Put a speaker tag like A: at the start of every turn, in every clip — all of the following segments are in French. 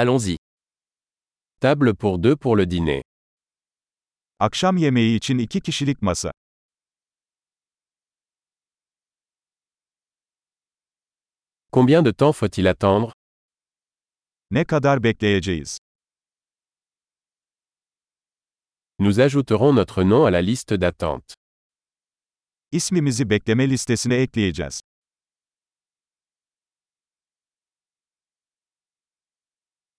A: Allons-y. Table pour deux pour le dîner.
B: Akşam yemeği için iki kişilik masa.
A: Combien de temps faut-il attendre
B: Ne kadar bekleyeceğiz?
A: Nous ajouterons notre nom à la liste d'attente.
B: İsmimizi bekleme listesine ekleyeceğiz.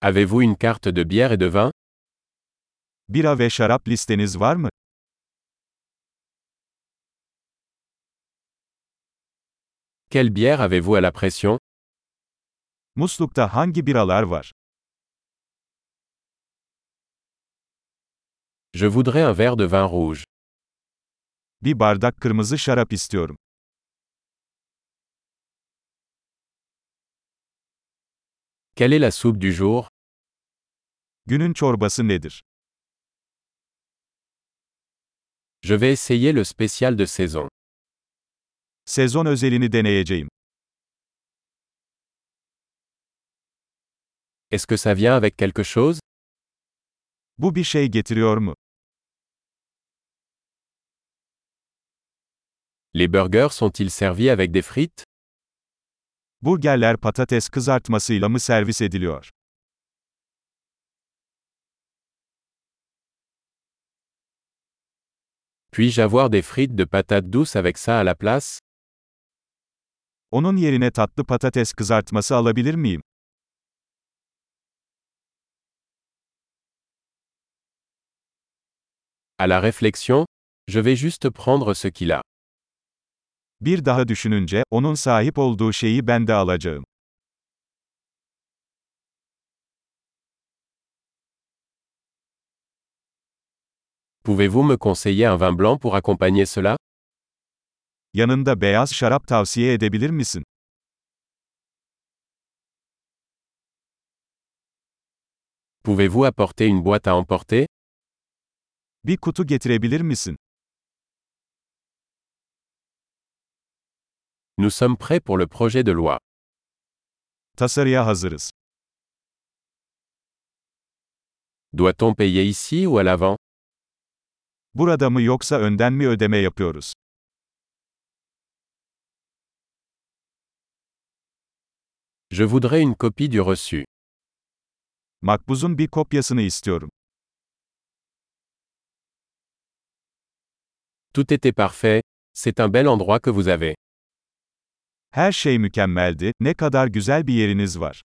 A: Avez-vous une carte de bière et de vin
B: Bira ve şarap listeniz var mı?
A: Quelle bière avez-vous à la pression
B: Muslukta hangi biralar var?
A: Je voudrais un verre de vin rouge.
B: Bir bardak kırmızı şarap istiyorum.
A: Quelle est la soupe du jour
B: Günün çorbası nedir?
A: Je vais essayer le spécial de saison.
B: Sezon özelini deneyeceğim.
A: Est-ce que ça vient avec quelque chose
B: Bu bir şey getiriyor mu?
A: Les burgers sont-ils servis avec des frites
B: Burgerler patates kızartmasıyla mı servis ediliyor?
A: Puis-je avoir des frites de patates douces avec ça à la place
B: Onun yerine tatlı patates kızartması alabilir miyim?
A: À la réflexion, je vais juste prendre ce qu'il a.
B: Bir daha düşününce, onun sahip olduğu şeyi ben de alacağım.
A: Pouvez-vous me conseiller un vin blanc pour accompagner cela
B: Yanında beyaz şarap tavsiye edebilir misin?
A: Pouvez-vous apporter une boîte à emporter
B: Bir kutu getirebilir misin?
A: Nous sommes prêts pour le projet de loi.
B: Tasarıya hazırız.
A: Doit-on payer ici ou à l'avant
B: Burada mı yoksa önden mi ödeme yapıyoruz?
A: Je voudrais une copie du reçu.
B: Makbuzun bir kopyasını istiyorum.
A: Tout était parfait, c'est un bel endroit que vous avez.
B: Her şey mükemmeldi, ne kadar güzel bir yeriniz var.